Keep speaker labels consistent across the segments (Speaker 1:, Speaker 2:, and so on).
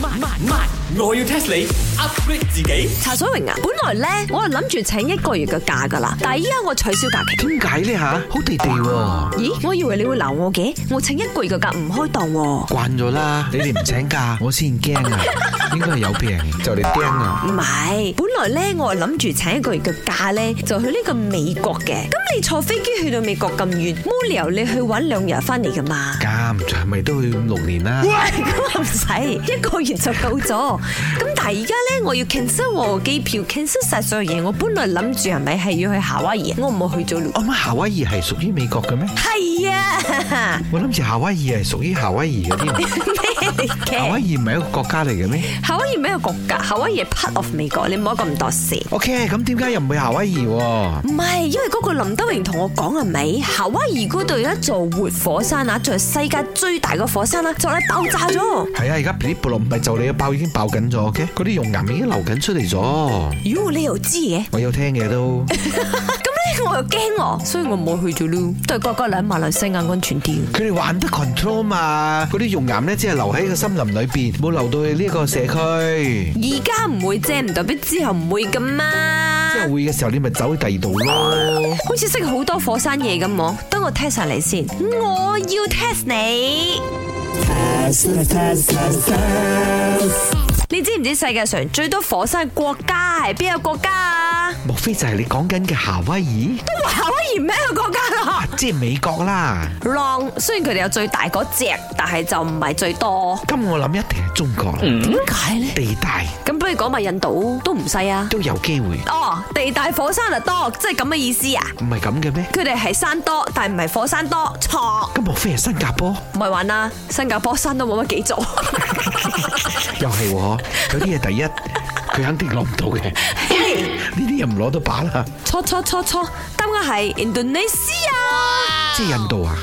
Speaker 1: 慢慢慢，我要 test 你 upgrade 自己。
Speaker 2: 茶水榮啊，本來咧我係諗住請一個月嘅假噶啦，但係依家我取消假期。
Speaker 3: 點解呢？吓？好地地喎，
Speaker 2: 咦，我以為你會鬧我嘅，我請一個月嘅假唔開檔喎。
Speaker 3: 慣咗啦，你哋唔請 假，我先驚啊，應該係有病就嚟釘啊！
Speaker 2: 唔係，本來咧我係諗住請一個月嘅假咧，就去呢個美國嘅。咁你坐飛機去到美國咁遠，冇理由你去玩兩日翻嚟噶嘛？
Speaker 3: 咁係咪都去六年啦？
Speaker 2: 咁啊唔使，一個月就夠咗。咁但係而家咧，我要 cancel 我機票，cancel 晒所有嘢。我本來諗住係咪係要去夏威夷，我唔會去咗嘞。
Speaker 3: 我乜夏威夷係屬於美國嘅咩？
Speaker 2: 係啊，
Speaker 3: 我諗住夏威夷係屬於夏威夷嘅 添。
Speaker 2: 咩嚟
Speaker 3: 夏
Speaker 2: 嘅？
Speaker 3: 威夷唔係一個國家嚟嘅咩
Speaker 2: 夏威夷咩國家？夏威夷係 part of 美國，你唔好咁多事。
Speaker 3: ？OK，咁點解又唔去夏威夷喎？
Speaker 2: 唔係，因為嗰個林德榮同我講係咪？夏威夷嗰度有一座活火山啊，仲係世界最大嘅火山啊，就嚟爆炸咗。
Speaker 3: 係啊，而家啲部落唔係就你爆已經爆緊咗嘅，嗰啲熔岩已經流緊出嚟咗。
Speaker 2: 妖，你又知嘅？
Speaker 3: 我有聽嘅都，
Speaker 2: 啊咁咧我又驚喎，所以我冇去咗咯。都係嗰個兩馬來西亞安全啲。
Speaker 3: 佢哋玩得 control 嘛，嗰啲熔岩咧只係留喺個森林裏邊，冇流到去呢個社區。
Speaker 2: 而家唔會啫，唔代表之後唔會噶嘛
Speaker 3: 即。係會嘅時候，你咪走去第二度咯。
Speaker 2: 好似識好多火山嘢咁喎，等我 test 下你先。我要 test 你。你知唔知世界上最多火山嘅國家係邊個國家 啊？
Speaker 3: 莫非就係你講緊嘅夏威夷？
Speaker 2: 夏威夷咩個國家啊
Speaker 3: 啊，即係美國啦。
Speaker 2: ？Wrong，雖然佢哋有最大嗰隻，但係就唔係最多。
Speaker 3: 咁我諗一定係中國啦，
Speaker 2: 點解呢？
Speaker 3: 地大
Speaker 2: 咁不如講埋印度都唔細啊。
Speaker 3: 都有機會，
Speaker 2: 哦，地大火山就多，即係咁嘅意思啊？
Speaker 3: 唔係咁嘅咩？
Speaker 2: 佢哋係山多，但唔係火山多，錯。
Speaker 3: 咁莫非係新加坡？
Speaker 2: 唔係玩啦，新加坡山都冇乜幾座，
Speaker 3: 又係喎，有啲嘢第一佢肯定攞唔到嘅，呢啲又唔攞得把啦。
Speaker 2: 錯錯錯錯，答案係 Indonesia。
Speaker 3: 即係印度啊，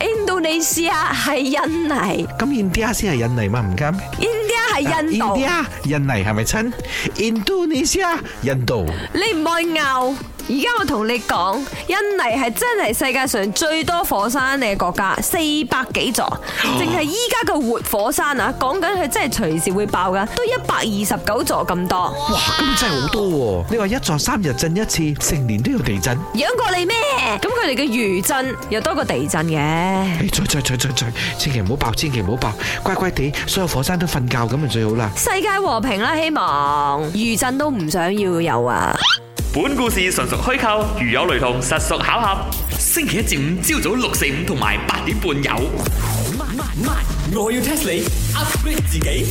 Speaker 2: 印度尼西亞係印尼
Speaker 3: 咁印度先係印尼嘛，唔啱咩？
Speaker 2: ，India 係印度，
Speaker 3: 啊，印尼係咪親？印度尼西亞，印度。
Speaker 2: 你唔愛拗。而家我同你講，印尼係真係世界上最多火山嘅國家，四百幾座，淨係依家嘅活火山啊，講緊佢真係隨時會爆噶，都一百二十九座咁多，
Speaker 3: 哇，咁真係好多喎！你話一座三日震一次，成年都有地震。
Speaker 2: 養過你咩？咁佢哋嘅餘震又多過地震嘅。
Speaker 3: 誒，再再再再再，千祈唔好爆，千祈唔好爆，乖乖地，所有火山都瞓覺咁就最好啦。
Speaker 2: 世界和平啦，希望餘震都唔想要有啊！
Speaker 4: 本故事純屬虛構，如有雷同，實屬巧合。
Speaker 5: 星期一至五朝早六四五同埋八點半有。
Speaker 1: 慢慢慢，我要 test 你 upgrade 自己。